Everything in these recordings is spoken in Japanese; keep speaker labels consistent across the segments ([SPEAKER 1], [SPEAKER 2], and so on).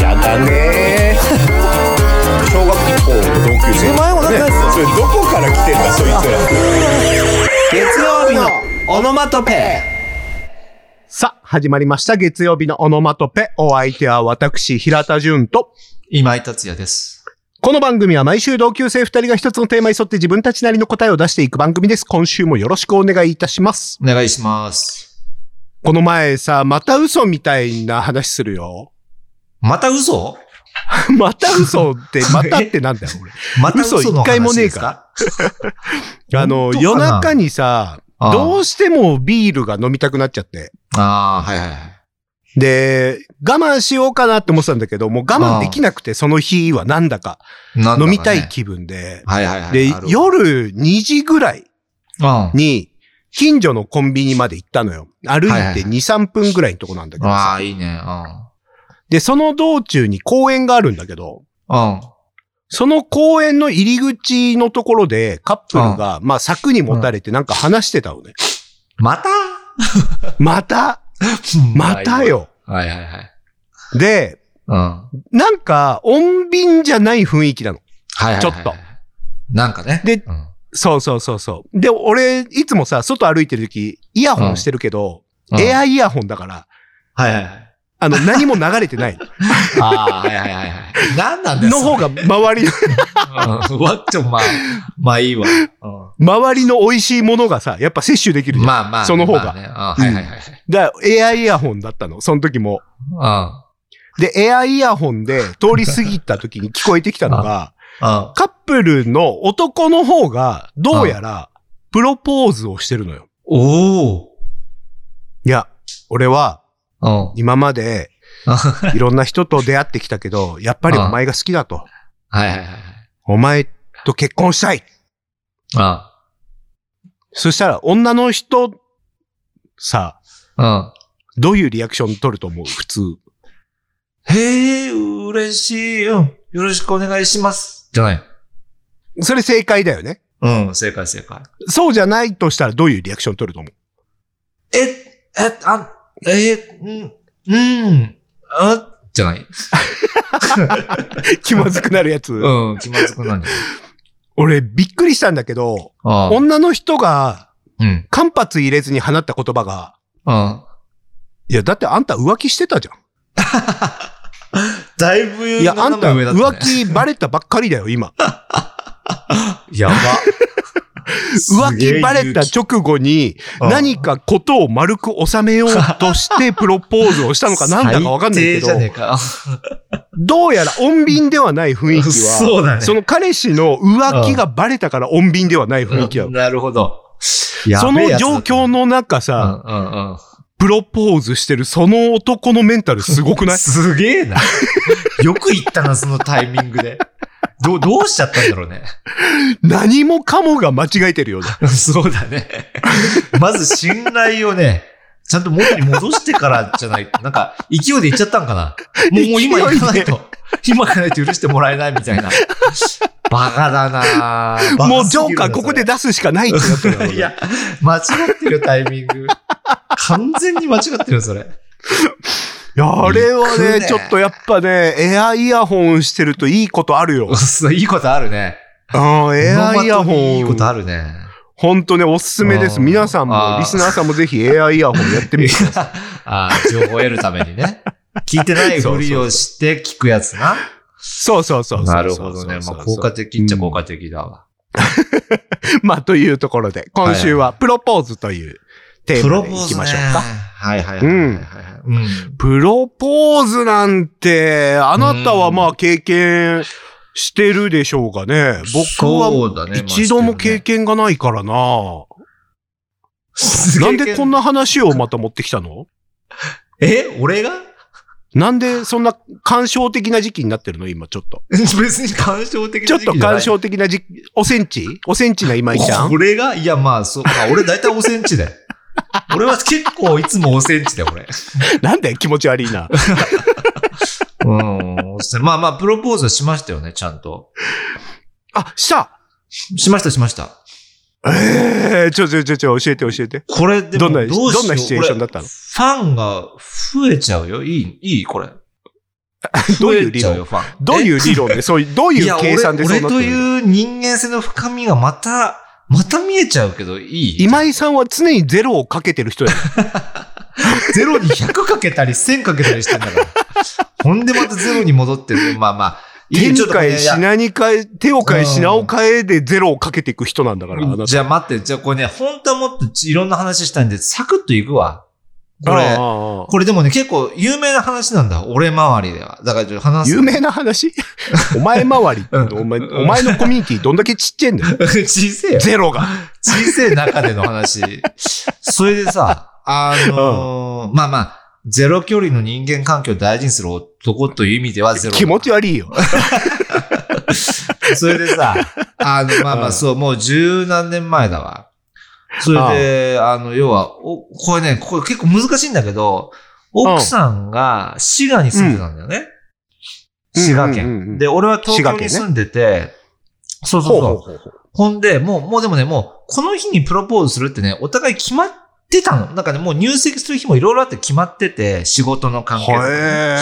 [SPEAKER 1] やだね小学校の同級生
[SPEAKER 2] 前もなんか
[SPEAKER 1] ねそれどこから来てんだそいつら
[SPEAKER 2] 月曜日のオノマトペ
[SPEAKER 3] さあ、始まりました。月曜日のオノマトペ。お相手は私、平田純と。
[SPEAKER 2] 今井達也です。
[SPEAKER 3] この番組は毎週同級生二人が一つのテーマに沿って自分たちなりの答えを出していく番組です。今週もよろしくお願いいたします。
[SPEAKER 2] お願いします。
[SPEAKER 3] この前さ、また嘘みたいな話するよ。
[SPEAKER 2] また嘘
[SPEAKER 3] また嘘って、またってなんだよ、
[SPEAKER 2] また嘘の
[SPEAKER 3] 嘘一回も
[SPEAKER 2] 話
[SPEAKER 3] ねえ
[SPEAKER 2] です
[SPEAKER 3] か
[SPEAKER 2] か
[SPEAKER 3] 俺。あの、
[SPEAKER 2] 本当
[SPEAKER 3] 夜
[SPEAKER 2] かな
[SPEAKER 3] 中にさ、
[SPEAKER 2] ああ
[SPEAKER 3] どうしてもビールが飲みたくなっちゃって。
[SPEAKER 2] ああ、はいはいはい。
[SPEAKER 3] で、我慢しようかなって思ってたんだけど、もう我慢できなくて、その日はなんだか、
[SPEAKER 2] なんだかね
[SPEAKER 3] 飲みたい。気分で。
[SPEAKER 2] はいはいはい。
[SPEAKER 3] で
[SPEAKER 2] あ、る
[SPEAKER 3] 夜2時ぐらい
[SPEAKER 2] うん。あ
[SPEAKER 3] に、近所のコンビニまで行ったのよ。歩い
[SPEAKER 2] はいはいは
[SPEAKER 3] て
[SPEAKER 2] い
[SPEAKER 3] 2、3分ぐらいのとこなんだけどさ。
[SPEAKER 2] あ、いいね。う
[SPEAKER 3] で、その道中に公園があるんだけど、
[SPEAKER 2] ん。うん。
[SPEAKER 3] その公園の入り口のところでカップルが、まあ柵に持たれてなんか話してたのね。
[SPEAKER 2] また
[SPEAKER 3] また また。よ。
[SPEAKER 2] はいはいはい。
[SPEAKER 3] で、
[SPEAKER 2] うん。はい
[SPEAKER 3] なんか、穏便じゃない雰囲気なの。
[SPEAKER 2] はいはい。
[SPEAKER 3] ちょっと。
[SPEAKER 2] なんかね。
[SPEAKER 3] で
[SPEAKER 2] うん。
[SPEAKER 3] そうそうそうそう。で、俺、いつもさ、外歩いてる時、イヤホンしてるけど、
[SPEAKER 2] うん
[SPEAKER 3] エアイヤホンだから、
[SPEAKER 2] はいはいはい。
[SPEAKER 3] あの、何も流れ てない。
[SPEAKER 2] ああ、はいはいはいはい。なんなんです
[SPEAKER 3] の方が、周りの、
[SPEAKER 2] うんわっちょ、まあ、まあいいわ。う
[SPEAKER 3] 周りの美味しいものがさ、やっぱ摂取できる
[SPEAKER 2] ん
[SPEAKER 3] じゃん。
[SPEAKER 2] まあまあ。
[SPEAKER 3] その方が
[SPEAKER 2] まあねうんはいはいはい。
[SPEAKER 3] だから、エアイヤホンだったの、その時も。
[SPEAKER 2] う
[SPEAKER 3] で、エアイヤホンで通り過ぎた時に聞こえてきたのが、
[SPEAKER 2] ん。う
[SPEAKER 3] カ
[SPEAKER 2] ん。
[SPEAKER 3] ップルの男の方が、どうやら、プロポーズをしてるのよ。
[SPEAKER 2] おお。
[SPEAKER 3] いや、俺は、
[SPEAKER 2] うん。
[SPEAKER 3] 今まで、
[SPEAKER 2] はい
[SPEAKER 3] ろんな人と出会ってきたけど、やっぱりお前が好きだと。
[SPEAKER 2] いはいはい。
[SPEAKER 3] お前と結婚したい。
[SPEAKER 2] あ
[SPEAKER 3] そしたら、女の人、さ、
[SPEAKER 2] あ。
[SPEAKER 3] どういうリアクション取ると思う普通。
[SPEAKER 2] うん。へえ、嬉しい。うん。よろしくお願いします。じゃない。
[SPEAKER 3] それ正解だよね。
[SPEAKER 2] うん、正解正解。
[SPEAKER 3] そうじゃないとしたら、どういうリアクション取ると思う
[SPEAKER 2] え、え、あ、え、うん、うん、あ、じゃない。
[SPEAKER 3] 気まずくなるやつ。
[SPEAKER 2] うん、気まずくなんじゃない。
[SPEAKER 3] 俺、びっくりしたんだけど、
[SPEAKER 2] ああ。
[SPEAKER 3] 女の人が、
[SPEAKER 2] うん。
[SPEAKER 3] 間髪入れずに放った言葉が、
[SPEAKER 2] うん。
[SPEAKER 3] いや、だってあんた浮気してたじゃん。
[SPEAKER 2] だいぶ、
[SPEAKER 3] いや、あんた
[SPEAKER 2] 斜め上だったね
[SPEAKER 3] 浮気バレたばっかりだよ、 今。
[SPEAKER 2] やば。
[SPEAKER 3] 浮気バレた
[SPEAKER 2] ちょ、
[SPEAKER 3] 直後に、
[SPEAKER 2] うん
[SPEAKER 3] 何かことを丸く収めようとしてプロポーズをしたのかなんだかわかんないけど
[SPEAKER 2] 最低じゃ、ねえか。
[SPEAKER 3] どうやら穏便ではない雰 囲気は、
[SPEAKER 2] そうだね。
[SPEAKER 3] その彼氏の浮気がバレたから穏便ではない雰囲気は
[SPEAKER 2] うん、なるほど。
[SPEAKER 3] その状況
[SPEAKER 2] の、
[SPEAKER 3] の中
[SPEAKER 2] う
[SPEAKER 3] さ、
[SPEAKER 2] んうんうん。
[SPEAKER 3] プロポーズしてるその男のメンタルすごくな い
[SPEAKER 2] すげえな。よく言ったな、そのタイミングで。どう、どうしちゃったんだろう ね。
[SPEAKER 3] 何もかもが間違えてるよね。
[SPEAKER 2] そうだね。 まず信頼をね、ちゃんと元に戻してからじゃないなんか、勢いで言っちゃったんかな。もうもう今行かないと。今行かないと許してもらえないみたいな。バカだなぁ
[SPEAKER 3] もうジョーカーここで出すしかないってなってるよね
[SPEAKER 2] いや、間違ってるタイミング。完全に間違ってるよ、それ。
[SPEAKER 3] いや、あれは
[SPEAKER 2] 行く
[SPEAKER 3] ね、
[SPEAKER 2] ね
[SPEAKER 3] ちょっとやっぱね、エアイヤホンしてるといいことあるよ。
[SPEAKER 2] そういいことあるね。
[SPEAKER 3] うん、エアイヤホ
[SPEAKER 2] いいこと
[SPEAKER 3] ン、
[SPEAKER 2] あるね。
[SPEAKER 3] 本当ね、おすすめです。
[SPEAKER 2] うん
[SPEAKER 3] 皆さんも
[SPEAKER 2] あ、ー
[SPEAKER 3] リスナーさんもぜひエアイヤホンやってみてください。
[SPEAKER 2] ああ、情報を得るために ね。聞いてないふりをして聞くやつな。
[SPEAKER 3] そうそうそうそうそう。
[SPEAKER 2] なるほどね。まあ、効果的っちゃ効果的だわ。
[SPEAKER 3] まあ、というところで、今週はプロポーズというテーマでいきましょう
[SPEAKER 2] か。
[SPEAKER 3] か。
[SPEAKER 2] はいはいはいはいはいはい。うん。
[SPEAKER 3] プロポーズなんて、あなたはまあ経験してるでしょうかね。僕は
[SPEAKER 2] そうだね
[SPEAKER 3] 一度も経。験がないからな。
[SPEAKER 2] まあ
[SPEAKER 3] なんでこん。な話をまた持ってきたの
[SPEAKER 2] え俺が
[SPEAKER 3] なんでそんな感傷的な時期になってるの今ちょっと。
[SPEAKER 2] 別に感傷的な
[SPEAKER 3] ちょっ
[SPEAKER 2] 時期じゃ
[SPEAKER 3] と
[SPEAKER 2] ない
[SPEAKER 3] 感傷的な時期、おセンチおセンチな今井ちゃ ん
[SPEAKER 2] 俺がいや、まあ、そう。まあ、俺大体おセンチだよ。 俺は結構いつもおセンチだよ、俺。
[SPEAKER 3] なんで気持ち悪いな。
[SPEAKER 2] うん。まあまあ、プロポーズはしましたよね、ちゃんと。
[SPEAKER 3] あ、した
[SPEAKER 2] しました、しました。
[SPEAKER 3] ええちょちょちょちょ、教えて教えて。
[SPEAKER 2] これでも
[SPEAKER 3] どんな、
[SPEAKER 2] どうしよう
[SPEAKER 3] どんなシチュエーションだったの
[SPEAKER 2] これファンが増えちゃうよ。いい、いい、これ。
[SPEAKER 3] どういう理
[SPEAKER 2] 増えちゃうよ
[SPEAKER 3] 論
[SPEAKER 2] ファン。
[SPEAKER 3] どういう理論で、そういう、どう
[SPEAKER 2] い
[SPEAKER 3] いう
[SPEAKER 2] や、
[SPEAKER 3] 計算でそう
[SPEAKER 2] 俺
[SPEAKER 3] な
[SPEAKER 2] 俺
[SPEAKER 3] って
[SPEAKER 2] と
[SPEAKER 3] るの
[SPEAKER 2] いう人間性の深みがまた、また見えちゃうけど、いい
[SPEAKER 3] 今井さんは常にゼロをかけてる人やね。
[SPEAKER 2] ゼロに100かけたり1000かけたりしてんだ から。ほんでまたゼロに戻ってる。まあまあ。いい
[SPEAKER 3] 手に
[SPEAKER 2] ちょっと
[SPEAKER 3] 変え、
[SPEAKER 2] ねいや
[SPEAKER 3] 品に変え、手を変え、品を変えでゼロをかけていく人なんだから、あなた
[SPEAKER 2] じゃあ待って、じゃあこれね、本当はもっといろんな話したいんで、サクッといくわ。こ
[SPEAKER 3] あ
[SPEAKER 2] れ、
[SPEAKER 3] あああ
[SPEAKER 2] これでもね、結構有名な話なんだ。俺周りでは。だからちょっと話す。
[SPEAKER 3] 有名な 話お前周り、
[SPEAKER 2] うん
[SPEAKER 3] お前、お前のコミュニティどんだけちっちゃいん だよ。
[SPEAKER 2] 小せえよ。
[SPEAKER 3] ゼロが。
[SPEAKER 2] 小せえ中での話。それでさ、あのーまあまあ、ゼロ距離の人間環境を大事にする男という意味ではゼロ。
[SPEAKER 3] 気持ち悪いよ。
[SPEAKER 2] それで さ、あの、まあま
[SPEAKER 3] うん
[SPEAKER 2] あ、そう、もう十何年前だわ。それで、あの、要は、お、これね、これ結構難しいんだけど、奥さんが滋賀に住んでたんだよね。
[SPEAKER 3] うん
[SPEAKER 2] 滋賀
[SPEAKER 3] うんうんうん
[SPEAKER 2] 県。で、俺は東京に住んでて、そうそうそう。
[SPEAKER 3] ほうほう。
[SPEAKER 2] ほんで、もう、もうでもね、もう、この日にプロポーズするってね、お互い決まってたの。なんかね、もう入籍する日もいろいろあって決まってて、仕事の関係とかね、
[SPEAKER 3] へえ。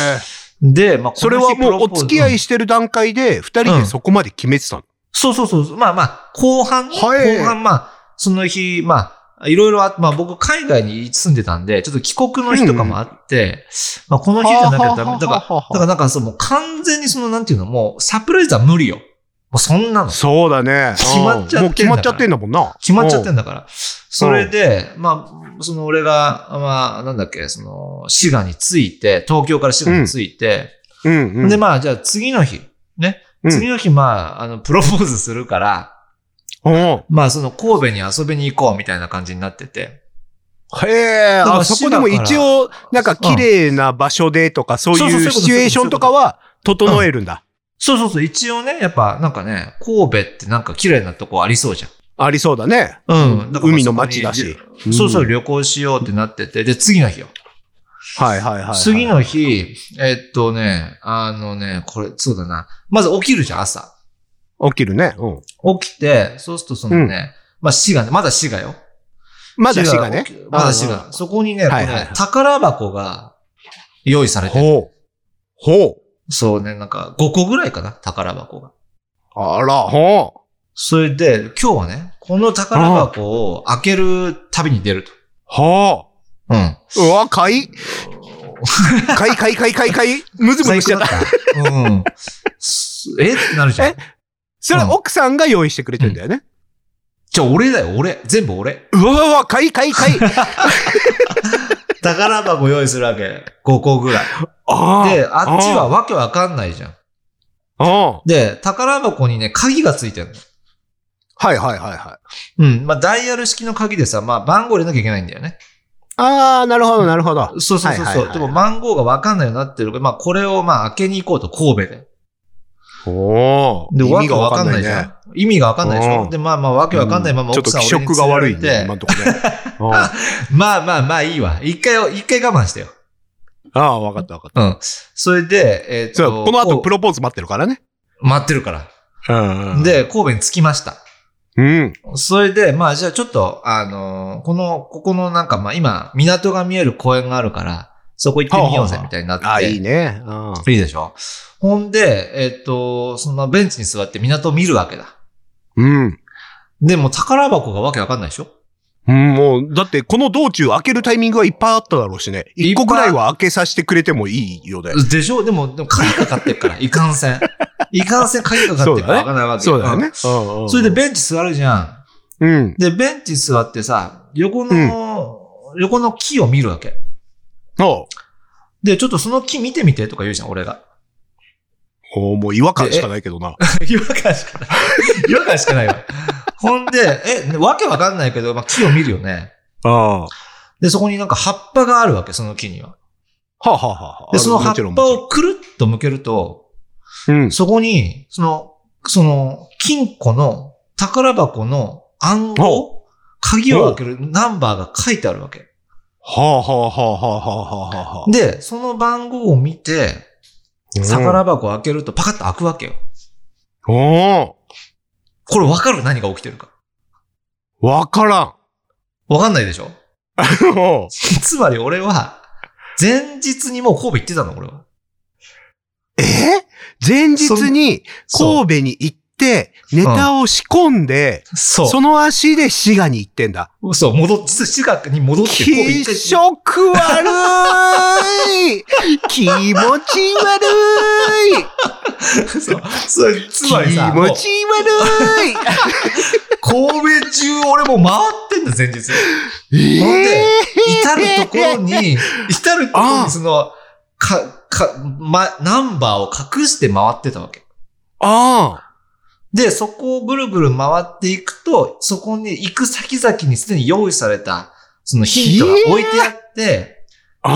[SPEAKER 2] で、まあ、
[SPEAKER 3] それはもうお付き合
[SPEAKER 2] い
[SPEAKER 3] いしてる段階で、二人でそこまで決めてたの。
[SPEAKER 2] そうそうそうそう。まあまあ、後半ね、
[SPEAKER 3] はい
[SPEAKER 2] 後半まあ、その日、まあ、いろいろあって、まあ僕海外に住んでたんで、ちょっと帰国の日とかもあって、まあこの日じゃなきゃダメ。だから、だからなんかそう、もう完全にその、なんていうの、もうサプライズは無理よ。もうそんなの。
[SPEAKER 3] そうだね。
[SPEAKER 2] 決まっちゃっ
[SPEAKER 3] も
[SPEAKER 2] てんだから
[SPEAKER 3] う決まっちゃってんだもんな。
[SPEAKER 2] 決まっちゃって
[SPEAKER 3] ん
[SPEAKER 2] んだから。それで、まあ、その俺が、まあ、なんだっけ、その、滋賀に着いて、東京から滋賀に着いて、
[SPEAKER 3] うんうん。
[SPEAKER 2] で、まあ、じゃあ次の日、ね
[SPEAKER 3] う。ん
[SPEAKER 2] 次の日、まあ、あの、プロポーズするから、
[SPEAKER 3] うん
[SPEAKER 2] まあ、その神戸に遊びに行こうみたいな感じになってて。
[SPEAKER 3] へえ、
[SPEAKER 2] だか
[SPEAKER 3] あ
[SPEAKER 2] ら
[SPEAKER 3] そこでも
[SPEAKER 2] 滋賀から
[SPEAKER 3] 一応、なんか綺麗な場所でとか、そう
[SPEAKER 2] そうそう
[SPEAKER 3] い
[SPEAKER 2] そういううこと
[SPEAKER 3] シチュエーションとかは整えるんだ。
[SPEAKER 2] そうそうそう、一応ね、やっぱなんかね、神戸ってなんか綺麗なとこありそうじ
[SPEAKER 3] ありそうだね。
[SPEAKER 2] ゃん。うん。だから
[SPEAKER 3] 海の街だし。
[SPEAKER 2] そこに。そうそう、
[SPEAKER 3] ん。
[SPEAKER 2] 旅行しようってなってて、で、次の日よ。
[SPEAKER 3] はいはいはいはい。
[SPEAKER 2] 次の日、えっとね、あのね、これ、そうだな。まず起きるじゃん、朝。
[SPEAKER 3] 起きるね。うん。
[SPEAKER 2] 起きて、そうするとそのね、まあ、滋賀ね、まだ滋賀よ。
[SPEAKER 3] まだ滋賀ね
[SPEAKER 2] 起き。まだ滋賀。そこにね、
[SPEAKER 3] はいはい
[SPEAKER 2] これね宝箱が用意さ
[SPEAKER 3] う
[SPEAKER 2] れ
[SPEAKER 3] ん。
[SPEAKER 2] てる。
[SPEAKER 3] ほう。ほ
[SPEAKER 2] そうね、なんか5個ぐらいかな、宝箱が。
[SPEAKER 3] う。あら、ほう。
[SPEAKER 2] それで、今日はね、この宝箱を開ける旅に出ると。
[SPEAKER 3] ほ
[SPEAKER 2] うん。
[SPEAKER 3] う。うわ、か い。かいかいかいかいかい。むずむずしちゃった。
[SPEAKER 2] 最高だった。うん。すえってなるじゃん
[SPEAKER 3] え。それは奥さんが用意してくれてんだよね。
[SPEAKER 2] じゃあ俺だよ、俺。全部俺。
[SPEAKER 3] うわうわうわ、かいかいかい。
[SPEAKER 2] 宝箱用意するわけ。5個ぐらい。
[SPEAKER 3] あ
[SPEAKER 2] で、あっちはわけわかんないじゃん。
[SPEAKER 3] ああ。
[SPEAKER 2] で、宝箱にね、鍵がついてるの。
[SPEAKER 3] はいはいはいはい。
[SPEAKER 2] うん。まあ、ダイヤル式の鍵でさ、まあ、番号入れなきゃいけないんだよね。
[SPEAKER 3] ああ、なるほどなるほど。
[SPEAKER 2] そうそうそう
[SPEAKER 3] はい
[SPEAKER 2] そ
[SPEAKER 3] はいは
[SPEAKER 2] う。
[SPEAKER 3] い
[SPEAKER 2] でも、番号がわかんないようになってるから、まあ、これをまあ、開けに行こうと、神戸で。
[SPEAKER 3] お
[SPEAKER 2] で、わけわかんないじゃ。ん。意味がわかんないでし
[SPEAKER 3] う
[SPEAKER 2] ょ
[SPEAKER 3] ん
[SPEAKER 2] で、まあまあ、わけわかんないまま
[SPEAKER 3] ちょっと
[SPEAKER 2] 奥さん
[SPEAKER 3] 気
[SPEAKER 2] 俺に
[SPEAKER 3] 色が悪い
[SPEAKER 2] 連れら
[SPEAKER 3] ね、
[SPEAKER 2] れて
[SPEAKER 3] 今んとこね。 あ
[SPEAKER 2] まあまあまあいいわ。一回を、一回我慢してよ。
[SPEAKER 3] あ、わかったわかった。
[SPEAKER 2] うん。それで、えっ
[SPEAKER 3] そう、
[SPEAKER 2] と、
[SPEAKER 3] この後プ
[SPEAKER 2] ロ、
[SPEAKER 3] ロポーズ待ってるからね。
[SPEAKER 2] 待ってるから。
[SPEAKER 3] うんで、
[SPEAKER 2] で、神戸に着きました。
[SPEAKER 3] うん。
[SPEAKER 2] それで、まあじゃあちょっと、あのーこの、ここのなんかまあ今、港が見える公園があるから、そこ行ってみようぜ
[SPEAKER 3] はあはあ
[SPEAKER 2] みたいになって。
[SPEAKER 3] あいいね。うん
[SPEAKER 2] いいでしょほんで、えっと、そのまあベンチに座って港を見るわけだ。
[SPEAKER 3] うん。
[SPEAKER 2] でも宝箱がわけわかんないでしょ
[SPEAKER 3] うん、もう、だって、この道中開けるタイミングはいっぱいあっただろうしね。
[SPEAKER 2] い
[SPEAKER 3] 一
[SPEAKER 2] っぱ
[SPEAKER 3] 個
[SPEAKER 2] い
[SPEAKER 3] くらいは開けさせてくれてもいいよね。
[SPEAKER 2] でしょでも、でも鍵かかって るから、いかんせん。いかんせん鍵かかってるからわかんないわけ
[SPEAKER 3] そうだよね
[SPEAKER 2] ん。それで、ベンチ座るじゃん。
[SPEAKER 3] うん。
[SPEAKER 2] で、ベンチ座ってさ、横の、横の木を見るわけ。
[SPEAKER 3] お
[SPEAKER 2] で、ちょっとその木見てみてとか言うじゃん、俺が。
[SPEAKER 3] おもう違和感しかないけどな。
[SPEAKER 2] 違和感しかない。違和感しかないわ。ほんで、え、わけわかんないけど、まあ、木を見るよね。
[SPEAKER 3] ああ。は
[SPEAKER 2] で、そこになんか葉っぱがあるわけ、その木には。
[SPEAKER 3] あはあはあ。
[SPEAKER 2] で、その葉
[SPEAKER 3] も
[SPEAKER 2] っ
[SPEAKER 3] ちろん
[SPEAKER 2] ぱをくるっと向けると、
[SPEAKER 3] うん。
[SPEAKER 2] そこに、その、その、金庫の宝箱の暗号、鍵を開けるナンバーが書いてあるわけ。
[SPEAKER 3] はあはあはあはあはあはあ。
[SPEAKER 2] で、その番号を見て、
[SPEAKER 3] ら。
[SPEAKER 2] 宝箱を開けるとパカッと開くわけよ。
[SPEAKER 3] お
[SPEAKER 2] これ分かる何が起きてるか。
[SPEAKER 3] おわからん。
[SPEAKER 2] 分かんないでしょ
[SPEAKER 3] おう
[SPEAKER 2] つまり俺は、前日にもう神戸行ってたの、俺は。
[SPEAKER 3] えー前日に
[SPEAKER 2] そう
[SPEAKER 3] 神戸に行って、ネタを仕込んで、
[SPEAKER 2] そう。
[SPEAKER 3] その足で滋賀に行ってんだ。
[SPEAKER 2] そう、戻っ、滋賀に戻って、神戸
[SPEAKER 3] 気
[SPEAKER 2] 一回
[SPEAKER 3] 色悪 い気持ち悪い
[SPEAKER 2] そう。そう、つ
[SPEAKER 3] 気
[SPEAKER 2] まりさ、もう
[SPEAKER 3] 持ち悪い
[SPEAKER 2] 神戸中俺もう回ってんだ、前日。
[SPEAKER 3] え
[SPEAKER 2] ほんで
[SPEAKER 3] え
[SPEAKER 2] 至るところ に、至るところにその、か、か、ま、ナンバーを隠して回ってたわけ。
[SPEAKER 3] ああ。
[SPEAKER 2] で、そこをぐるぐる回っていくと、そこに行く先々にすでに用意された、そのヒントが置いてあって、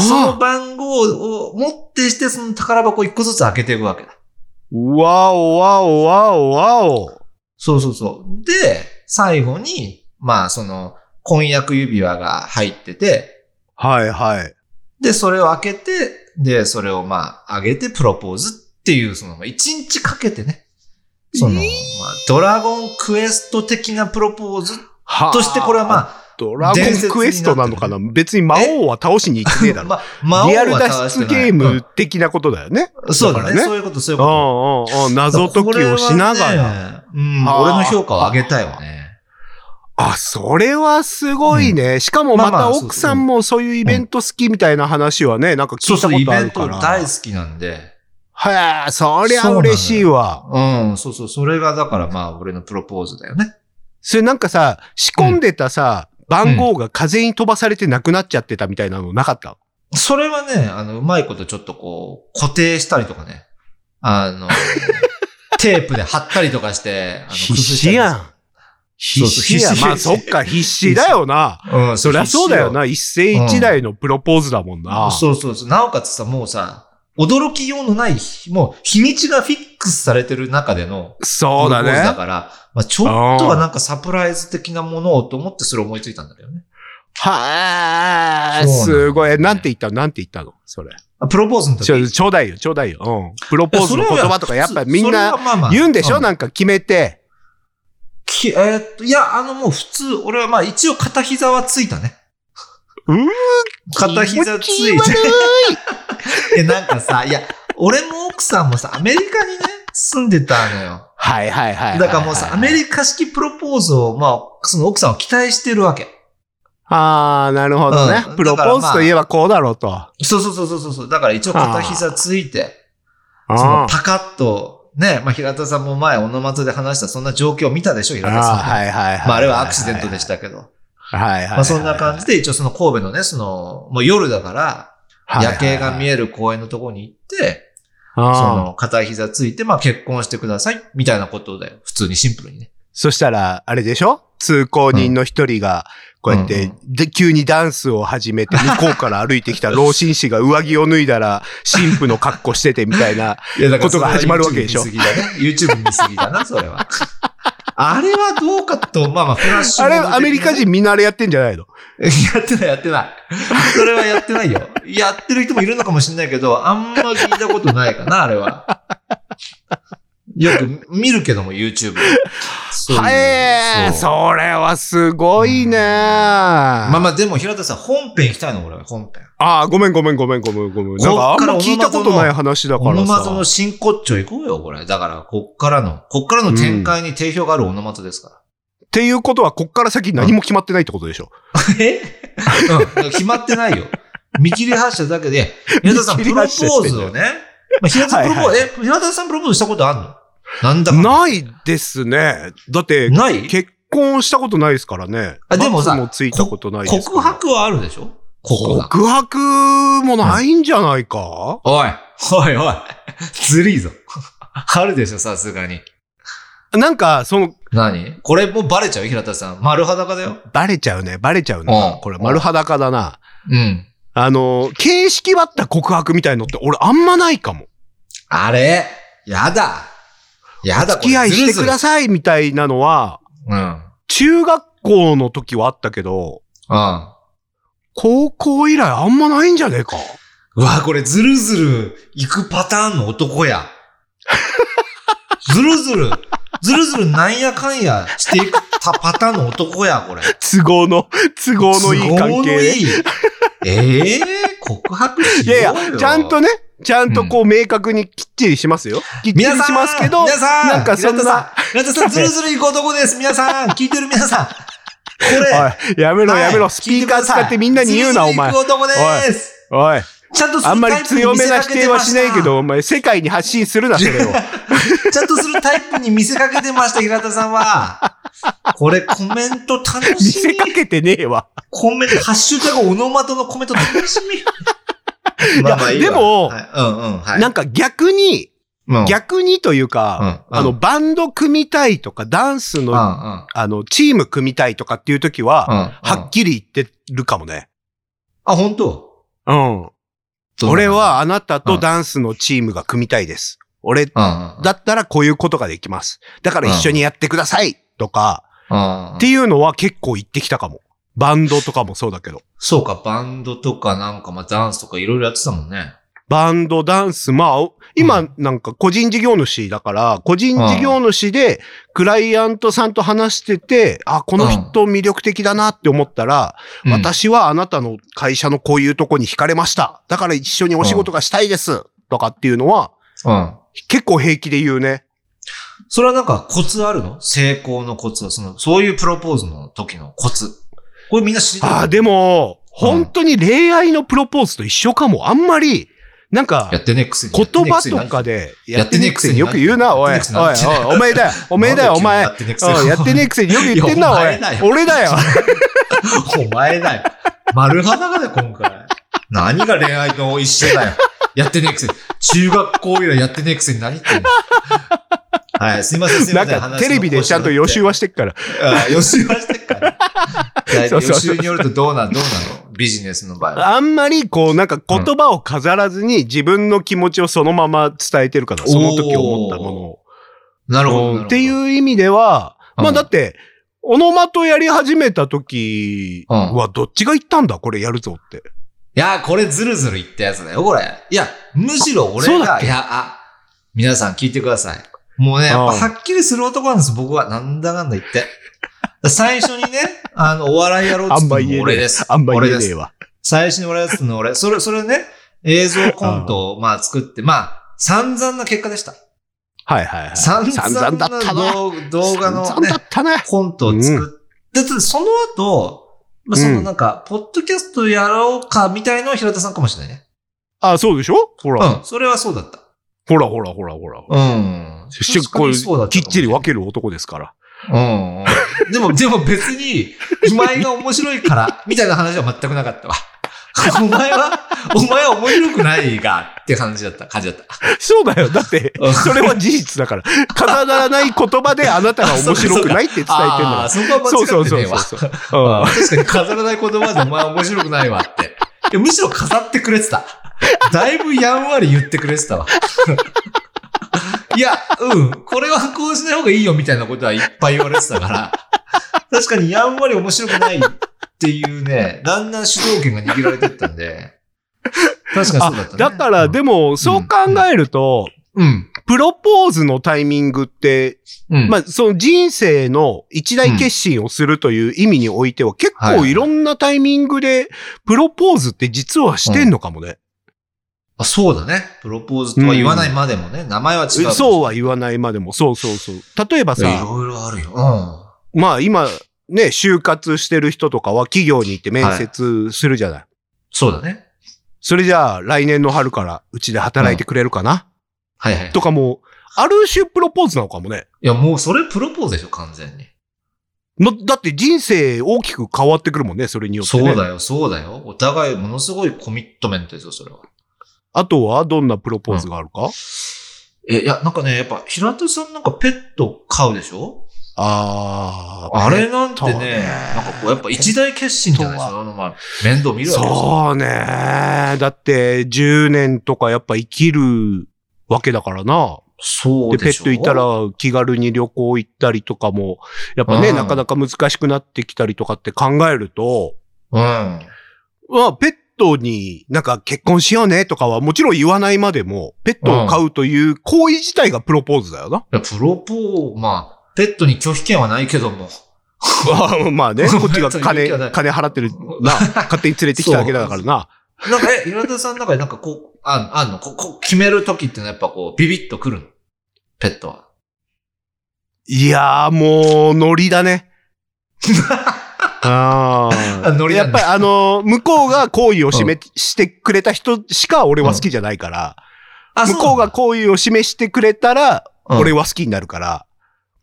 [SPEAKER 2] その
[SPEAKER 3] ああ。
[SPEAKER 2] 番号を持ってして、その宝箱を一個ずつ開けていくわけだ。
[SPEAKER 3] わおわおわおわお。
[SPEAKER 2] そうそうそう。で、最後に、まあ、その、婚約指輪が入ってて、
[SPEAKER 3] はいはい。
[SPEAKER 2] で、それを開けて、で、それをまあ、上げてプロポーズっていう、その、まあ一日かけてね、その、まあ、ドラゴンクエスト的なプロポーズ
[SPEAKER 3] はあ
[SPEAKER 2] として、これはまあ、
[SPEAKER 3] ドラゴンクエストなのかな別に魔王は倒しに行ってねえだ ろ。
[SPEAKER 2] ま、魔王
[SPEAKER 3] リアル
[SPEAKER 2] は
[SPEAKER 3] 脱出ゲーム的なことだよね。
[SPEAKER 2] うんそうだ
[SPEAKER 3] だか
[SPEAKER 2] ね
[SPEAKER 3] らね
[SPEAKER 2] そういうこと、そういう
[SPEAKER 3] うん
[SPEAKER 2] こ
[SPEAKER 3] うんうん。
[SPEAKER 2] と。
[SPEAKER 3] 謎解きをしなが
[SPEAKER 2] これ
[SPEAKER 3] ら。
[SPEAKER 2] はね。うん、
[SPEAKER 3] あー
[SPEAKER 2] 俺の評価を上げたいわね。
[SPEAKER 3] あ、それはすごいね。しかもま
[SPEAKER 2] まあま
[SPEAKER 3] た
[SPEAKER 2] あ
[SPEAKER 3] 奥さんもそういうイベント好きみたいな話はね、なんか聞
[SPEAKER 2] そう
[SPEAKER 3] いた
[SPEAKER 2] そう、
[SPEAKER 3] こ
[SPEAKER 2] イ
[SPEAKER 3] とあ
[SPEAKER 2] ベ
[SPEAKER 3] る
[SPEAKER 2] ン
[SPEAKER 3] か
[SPEAKER 2] ト
[SPEAKER 3] ら。
[SPEAKER 2] 大好きなんで。
[SPEAKER 3] はあ、そりゃ嬉しいわ。
[SPEAKER 2] うん、そうそう、それがだからまあ、俺のプロポーズだよね。
[SPEAKER 3] それなんかさ、仕込んでたさ、番号が風に飛ばされてなくなっちゃってたみたいなのなかった
[SPEAKER 2] それはね、あの、うまいことちょっとこう、固定したりとかね。あの、テープで貼ったりとかして、あの
[SPEAKER 3] 必死やん。必死や
[SPEAKER 2] そうそう必
[SPEAKER 3] ん。
[SPEAKER 2] 死
[SPEAKER 3] まあそっか、必死だよな。
[SPEAKER 2] 工夫したりとか。うん、
[SPEAKER 3] そりゃそうだよな。一世一代のプロポーズだもん
[SPEAKER 2] あ
[SPEAKER 3] な
[SPEAKER 2] あ。そうそうそう。なおかつさ、もうさ、驚きようのない、もう日にちがフィックスされてる中での、
[SPEAKER 3] そうだ
[SPEAKER 2] プロポーズだ
[SPEAKER 3] ね。
[SPEAKER 2] から、まあ、ちょっとはなんかサプライズ的なものをと思ってそれ思いついたんだけどね。
[SPEAKER 3] はあ、
[SPEAKER 2] そうなんだ
[SPEAKER 3] すごい。なんて言ったのなんて言ったのそれ。
[SPEAKER 2] あプロポーズの時
[SPEAKER 3] ちょ、ちょうだいよ、ちょうだいよ。うん。プロポーズの言葉とかやっぱみんな言うんでしょなんか決めて。
[SPEAKER 2] きえーっと、いや、あのもう普通、俺はまあ一応片膝はついたね。
[SPEAKER 3] うーん
[SPEAKER 2] 片膝つ
[SPEAKER 3] 気
[SPEAKER 2] い
[SPEAKER 3] 持ち悪
[SPEAKER 2] て。いや、なんかさ、いや、俺も奥さんもさ、アメリカにね、住んでたのよ。
[SPEAKER 3] はいはいはいはい。
[SPEAKER 2] だからもうさ、アメリカ式プロポーズを、まあ、その奥さんを期待してるわけ。
[SPEAKER 3] ああ、なるほどね
[SPEAKER 2] う。ん
[SPEAKER 3] プロポーズといえばこうだろうと。
[SPEAKER 2] そうそうそうそうそう。だから一応片膝ついて、
[SPEAKER 3] あ
[SPEAKER 2] その
[SPEAKER 3] ー
[SPEAKER 2] パカッと、ね、まあ平田さんも前、オノマトで話したそんな状況を見たでしょ、平田さん
[SPEAKER 3] あ
[SPEAKER 2] も。
[SPEAKER 3] ー、はいはいはい。
[SPEAKER 2] まああれはアクシデントでしたけど。
[SPEAKER 3] た。はいはいはい。
[SPEAKER 2] まあそんな感じで一応その神戸のね、その、もう夜だから、
[SPEAKER 3] はいはい
[SPEAKER 2] 夜景が見える公園のところに行って、
[SPEAKER 3] あー
[SPEAKER 2] その、片膝ついて、まあ結婚してください、みたいなことで、普通にシンプルにね。
[SPEAKER 3] そしたら、あれでしょ通行人の一人が、こうやって、
[SPEAKER 2] うん
[SPEAKER 3] で、急にダンスを始めて、向こうから歩いてき た老紳士が上着を脱いだら、神父の格好しててみたい な。
[SPEAKER 2] いや、だ
[SPEAKER 3] ことが始まるわけでしょ
[SPEAKER 2] YouTube 見過ぎだね。YouTube 見過ぎだ な、それは。あれはどうかと、まあまあ、フラッシュ
[SPEAKER 3] あ
[SPEAKER 2] モ
[SPEAKER 3] れ、
[SPEAKER 2] ブ的なね
[SPEAKER 3] アメリカ人みんなあれやってんじゃないの
[SPEAKER 2] やってない、やってない。それはやってないよ。やってる人もいるのかもしれないけど、あんま聞いたことないかな、あれは。よく見るけども、YouTube。そういう
[SPEAKER 3] はえー、
[SPEAKER 2] そう
[SPEAKER 3] それはすごいね
[SPEAKER 2] まあ
[SPEAKER 3] あ
[SPEAKER 2] まあ、でも、平田さん、本編行きたいの、俺は、本編。
[SPEAKER 3] あー、ごめんごめんごめんごめんごめん。
[SPEAKER 2] こっ
[SPEAKER 3] なんかあん
[SPEAKER 2] から
[SPEAKER 3] ま聞いたことない話だか
[SPEAKER 2] オノ
[SPEAKER 3] ら
[SPEAKER 2] マトの
[SPEAKER 3] さ。
[SPEAKER 2] 真骨頂行こうよ、これ。だから、こっからの、こっからの展開に定評があるオノマトですか
[SPEAKER 3] っていうことは、こっから先何も決まってないってことでしょ
[SPEAKER 2] ら。え うん、決まってないよ。見切り発車だけで、平田さん、
[SPEAKER 3] 見
[SPEAKER 2] プ
[SPEAKER 3] 切り
[SPEAKER 2] ロポー
[SPEAKER 3] 発車してん
[SPEAKER 2] ズ
[SPEAKER 3] だよ
[SPEAKER 2] をね、まあ、平田さん、プロポー
[SPEAKER 3] はい
[SPEAKER 2] ズ、え、平田さんプロポーズしたことあんのなんだかんだ
[SPEAKER 3] ないですね。だって、
[SPEAKER 2] ない
[SPEAKER 3] 結婚したことないですからね。
[SPEAKER 2] あでもさ
[SPEAKER 3] 罰もついたことないですから
[SPEAKER 2] 告白はあるでしょ告白。
[SPEAKER 3] 告白もないんじゃないか、
[SPEAKER 2] おい、おいおい、ずるいぞ。 あるでしょ、さすがに。
[SPEAKER 3] なんか、その、
[SPEAKER 2] 何これもうバレちゃう平田さん。丸裸だよ。
[SPEAKER 3] バレちゃうね、バレちゃうな。
[SPEAKER 2] うん
[SPEAKER 3] これ、丸裸だな。
[SPEAKER 2] うん。
[SPEAKER 3] あの、形式ばった告白みたいのって俺あんまないかも。
[SPEAKER 2] あれやだ。やだ、
[SPEAKER 3] 付き合いしてくだ
[SPEAKER 2] さ
[SPEAKER 3] さいみたいなのは、
[SPEAKER 2] い。うん。うん。
[SPEAKER 3] 中学校の時はあったけど、
[SPEAKER 2] う
[SPEAKER 3] 高校以来あんまないんじゃねえか
[SPEAKER 2] わ、これずるずる行くパターンの男や。 ずるずる、ずるずるなんやかんやしていくたパターンの男や、これ。
[SPEAKER 3] 都合の、都合のいい関
[SPEAKER 2] 都合の
[SPEAKER 3] 係で。
[SPEAKER 2] いいええ告白し
[SPEAKER 3] い
[SPEAKER 2] ようよ。
[SPEAKER 3] やいや、ちゃんとね、ちちゃんとこう明確にきっちりしますよ。きっちり
[SPEAKER 2] 皆さん
[SPEAKER 3] しますけど、
[SPEAKER 2] 皆さん
[SPEAKER 3] なんかそん
[SPEAKER 2] 平田さ
[SPEAKER 3] な、
[SPEAKER 2] ん、平田さん、ずるずる行こうとこです。皆さん、聞いてる皆さん。これ、
[SPEAKER 3] おい、やめろ
[SPEAKER 2] はい
[SPEAKER 3] やめろ、スピーカー使ってみんなに言うな、お前
[SPEAKER 2] ず。るずる行こうとこです。
[SPEAKER 3] おい、
[SPEAKER 2] ちゃんとする
[SPEAKER 3] あんまり
[SPEAKER 2] タイプに
[SPEAKER 3] 強
[SPEAKER 2] 見
[SPEAKER 3] め
[SPEAKER 2] せ
[SPEAKER 3] な
[SPEAKER 2] か
[SPEAKER 3] 否
[SPEAKER 2] けて
[SPEAKER 3] 定
[SPEAKER 2] ま
[SPEAKER 3] は
[SPEAKER 2] し
[SPEAKER 3] したないけど、お前、世界に発信するな、それ を。
[SPEAKER 2] ちゃんとするタイプに見せかけてました、平田さんは。これ、コメント楽
[SPEAKER 3] 見
[SPEAKER 2] し
[SPEAKER 3] せ
[SPEAKER 2] み
[SPEAKER 3] か。けてねえわ。
[SPEAKER 2] コメント、ハッシュタグオノマトのコメント楽し み。まあまあいいわ
[SPEAKER 3] でも
[SPEAKER 2] はいうんうん、はい。
[SPEAKER 3] なんか逆に、
[SPEAKER 2] うん、
[SPEAKER 3] 逆にという
[SPEAKER 2] うんう
[SPEAKER 3] か、
[SPEAKER 2] ん
[SPEAKER 3] あの、、バンド組みたいとか、ダンス
[SPEAKER 2] うん、
[SPEAKER 3] の、
[SPEAKER 2] うん、う
[SPEAKER 3] あ
[SPEAKER 2] ん
[SPEAKER 3] の、チーム組みたいとかっていう時は、
[SPEAKER 2] うん。
[SPEAKER 3] はっきり言ってるかもね。
[SPEAKER 2] あ、本当
[SPEAKER 3] うん。俺、はあなたとダンスのチームが組みたいです。俺
[SPEAKER 2] どんな感じ、
[SPEAKER 3] だったらこういうことができます。だから一緒にやってくださいとか、
[SPEAKER 2] うん、うん
[SPEAKER 3] っていうのは結構言ってきたかも。バンドとかもそうだけど。
[SPEAKER 2] そうか、バンドとかなんか、まあ、ダンスとかいろいろやってたもんね。
[SPEAKER 3] バンド、ダンス、まあ、
[SPEAKER 2] う
[SPEAKER 3] 今なんか個人事業主だから、個人事業主でクライアントさんと話してて、あ、この人魅力的だなって思ったら、
[SPEAKER 2] うん、
[SPEAKER 3] 私はあなたの会社のこういうとこに惹かれました。だから一緒にお仕事がしたいですとかっていうのは、
[SPEAKER 2] うん。
[SPEAKER 3] 結構平気で言うね。
[SPEAKER 2] それはなんかコツあるの成功のコツは、その、そういうプロポーズの時のコツ。これみんな知ってる
[SPEAKER 3] ああ、でも、本当に恋愛のプロポーズと一緒かも。あんまり、なんか
[SPEAKER 2] や、ってねえくせに。
[SPEAKER 3] 言葉とかで、
[SPEAKER 2] や
[SPEAKER 3] や
[SPEAKER 2] っ
[SPEAKER 3] ってて
[SPEAKER 2] ね
[SPEAKER 3] ね
[SPEAKER 2] え
[SPEAKER 3] え
[SPEAKER 2] く
[SPEAKER 3] くせ
[SPEAKER 2] せに
[SPEAKER 3] によく言うな、おい。お
[SPEAKER 2] や
[SPEAKER 3] い
[SPEAKER 2] っ、てねえくせに
[SPEAKER 3] おいお前だ よ。お前だよ、お前。
[SPEAKER 2] な
[SPEAKER 3] うん
[SPEAKER 2] んで急に
[SPEAKER 3] や
[SPEAKER 2] や
[SPEAKER 3] っ
[SPEAKER 2] ってて
[SPEAKER 3] ね
[SPEAKER 2] ね
[SPEAKER 3] えくせによく言ってんな、
[SPEAKER 2] いや
[SPEAKER 3] おい
[SPEAKER 2] お前だよ。
[SPEAKER 3] 俺だよ。
[SPEAKER 2] えくせに。 お前だよ。丸裸だよ、今回。何が恋愛と一緒だよ。やってねえくせに。中学校以来やってねえくせに何言ってんのはい、すいません、 すい
[SPEAKER 3] な
[SPEAKER 2] ま
[SPEAKER 3] ん
[SPEAKER 2] せん。
[SPEAKER 3] か、テレビでちゃんと予習
[SPEAKER 2] は。
[SPEAKER 3] はしてっから。
[SPEAKER 2] あ予習はしてっから。 大体
[SPEAKER 3] そうそう
[SPEAKER 2] 予
[SPEAKER 3] そう
[SPEAKER 2] 習によるとどうなん、どうなのビジネスの場合は。
[SPEAKER 3] あんまり、こう、なんか言葉を飾らずに自分の気持ちをそのまま伝えてるから、その時思ったも
[SPEAKER 2] なるほ
[SPEAKER 3] のを
[SPEAKER 2] どなるほど。
[SPEAKER 3] っていう意味では、
[SPEAKER 2] うん
[SPEAKER 3] まあだって、オノマトやり始めた時は、どっちが言ったんだこれやるぞって。
[SPEAKER 2] いやー、これずるずる言ったやつだよ、これ。いや、むしろ俺
[SPEAKER 3] そうだっ
[SPEAKER 2] が、
[SPEAKER 3] け
[SPEAKER 2] いや、あ、皆さん聞いてください。もうね、やっぱ
[SPEAKER 3] うん
[SPEAKER 2] はっきりする男なんです、僕は。なんだかんだ言って。 最初にね、あの、お笑いやろうっつった
[SPEAKER 3] あんま言えね
[SPEAKER 2] の
[SPEAKER 3] え
[SPEAKER 2] 俺です。
[SPEAKER 3] あんま言え
[SPEAKER 2] 俺
[SPEAKER 3] ね
[SPEAKER 2] で
[SPEAKER 3] え
[SPEAKER 2] す。
[SPEAKER 3] わ。
[SPEAKER 2] 最初に俺やつの俺。それ、それね、映像コントを、まあ作って、まあ、散々な結果でした。
[SPEAKER 3] はいはいはい。
[SPEAKER 2] 散々
[SPEAKER 3] 々だ
[SPEAKER 2] な
[SPEAKER 3] ったな。
[SPEAKER 2] 動動画の、ね。
[SPEAKER 3] 散々だったね。
[SPEAKER 2] コントを作って、でその後、まあ、そのなんか、ポッドキャストやろうかみたいのは平田さんかもしれないね。
[SPEAKER 3] あ、そうでしょほら、
[SPEAKER 2] うん。それはそうだった。
[SPEAKER 3] ほらほらほらほら。
[SPEAKER 2] うん。
[SPEAKER 3] し
[SPEAKER 2] 確か
[SPEAKER 3] こ
[SPEAKER 2] にそうだ
[SPEAKER 3] う、
[SPEAKER 2] った
[SPEAKER 3] きっ
[SPEAKER 2] かも
[SPEAKER 3] ちり分ける男ですから。
[SPEAKER 2] うん、うん。でも、でも別に、今井が面白いから、みたいな話は全くなかったわ。 お前は、お前は面白くないが、って感じだった、感じだった。
[SPEAKER 3] そうだよ。だって
[SPEAKER 2] うん、
[SPEAKER 3] それは事実だから。飾らない言葉であなたが面白くないって伝えてんだ
[SPEAKER 2] ああ、
[SPEAKER 3] か
[SPEAKER 2] そこは
[SPEAKER 3] ら。そう
[SPEAKER 2] 間
[SPEAKER 3] そ
[SPEAKER 2] 違
[SPEAKER 3] う
[SPEAKER 2] って
[SPEAKER 3] そ
[SPEAKER 2] ね
[SPEAKER 3] う
[SPEAKER 2] えわ。
[SPEAKER 3] そう。うん
[SPEAKER 2] あ確かに飾らない言葉でお前面白くないわって。いやむしろ飾ってくれてた。だいぶやんわり言ってくれてたわ。いや、うん、これはこうしない方がいいよみたいなことはいっぱい言われてたから、確かにやんわり面白くないっていうね、だんだん主導権が握られてったんで、確かにそうだったね。
[SPEAKER 3] だから、でも、そう考えると、
[SPEAKER 2] うん、
[SPEAKER 3] プロポーズのタイミングって、
[SPEAKER 2] うん。
[SPEAKER 3] まあ、その人生の一大決心をするという意味においては、結
[SPEAKER 2] はいは
[SPEAKER 3] 構
[SPEAKER 2] い
[SPEAKER 3] いろんなタイミングで、プロポーズって実はしてんのかもね。
[SPEAKER 2] あ、そうだね。プロポーズとは言わないまでもね、名前は違う。
[SPEAKER 3] そうは言わないまでも、そうそうそう。例えば
[SPEAKER 2] いやい
[SPEAKER 3] さ、
[SPEAKER 2] ろいろあるよ。うん。
[SPEAKER 3] まあ今、ね、就活してる人とかは企業に行って面接するじゃない。
[SPEAKER 2] そうだね。
[SPEAKER 3] それじゃあ来年の春からうちで働いてくれるかな、
[SPEAKER 2] はいはい。
[SPEAKER 3] とかも、ある種プロポーズなのかもね。
[SPEAKER 2] いや、もうそれプロポーズでしょ、完全に。
[SPEAKER 3] まだって人生大きく変わってくるもんね、それによって、
[SPEAKER 2] そ
[SPEAKER 3] ね。
[SPEAKER 2] うだよ、そうだよ。お互いものすごいコミットメントですよ、それは。
[SPEAKER 3] あとはどんなプロポーズがあるか、
[SPEAKER 2] え、いや、なんかね、やっぱ、平田さんなんかペット飼うでしょ
[SPEAKER 3] ああ。
[SPEAKER 2] あれなんて
[SPEAKER 3] ペッ
[SPEAKER 2] ね、
[SPEAKER 3] トね
[SPEAKER 2] なんかこう、やっぱ一大決心じゃな
[SPEAKER 3] ペ
[SPEAKER 2] いで
[SPEAKER 3] ッ
[SPEAKER 2] す
[SPEAKER 3] ト
[SPEAKER 2] か。まあ、面倒見るわけですよ。
[SPEAKER 3] そうね。だって10年とかやっぱ生きるわけだからな。
[SPEAKER 2] そう
[SPEAKER 3] で、ペ
[SPEAKER 2] でし
[SPEAKER 3] ッ
[SPEAKER 2] ょ
[SPEAKER 3] トいたら気軽に旅行行ったりとかも、やっぱね、
[SPEAKER 2] うん
[SPEAKER 3] なかなか難しくなってきたりとかって考えると、
[SPEAKER 2] うん。
[SPEAKER 3] まあ、ペットになんか結婚しようねとかはもちろん言わないまでも、ペットを飼うという行為自体がプロポーズだよな。
[SPEAKER 2] いや、プロポー、まあ、ペットに拒否権はないけども。
[SPEAKER 3] まあね、こっち が
[SPEAKER 2] 本当に
[SPEAKER 3] 金、
[SPEAKER 2] 言う気はない
[SPEAKER 3] 金払ってるな。勝手に連れてきただけだからな。
[SPEAKER 2] なんか、え、平田さんの中でなんかこう、ああんのここ決めるときってのはやっぱこう、ビビッとくるのペットは。
[SPEAKER 3] いやー、もう、ノリだ ね。あー
[SPEAKER 2] あノリな
[SPEAKER 3] やっ
[SPEAKER 2] んだ
[SPEAKER 3] ぱりあの、向こうが好意を示してくれた人しか俺は好きじゃないから、
[SPEAKER 2] あ
[SPEAKER 3] 向こうが好意を示してくれたら、俺は好きになるから、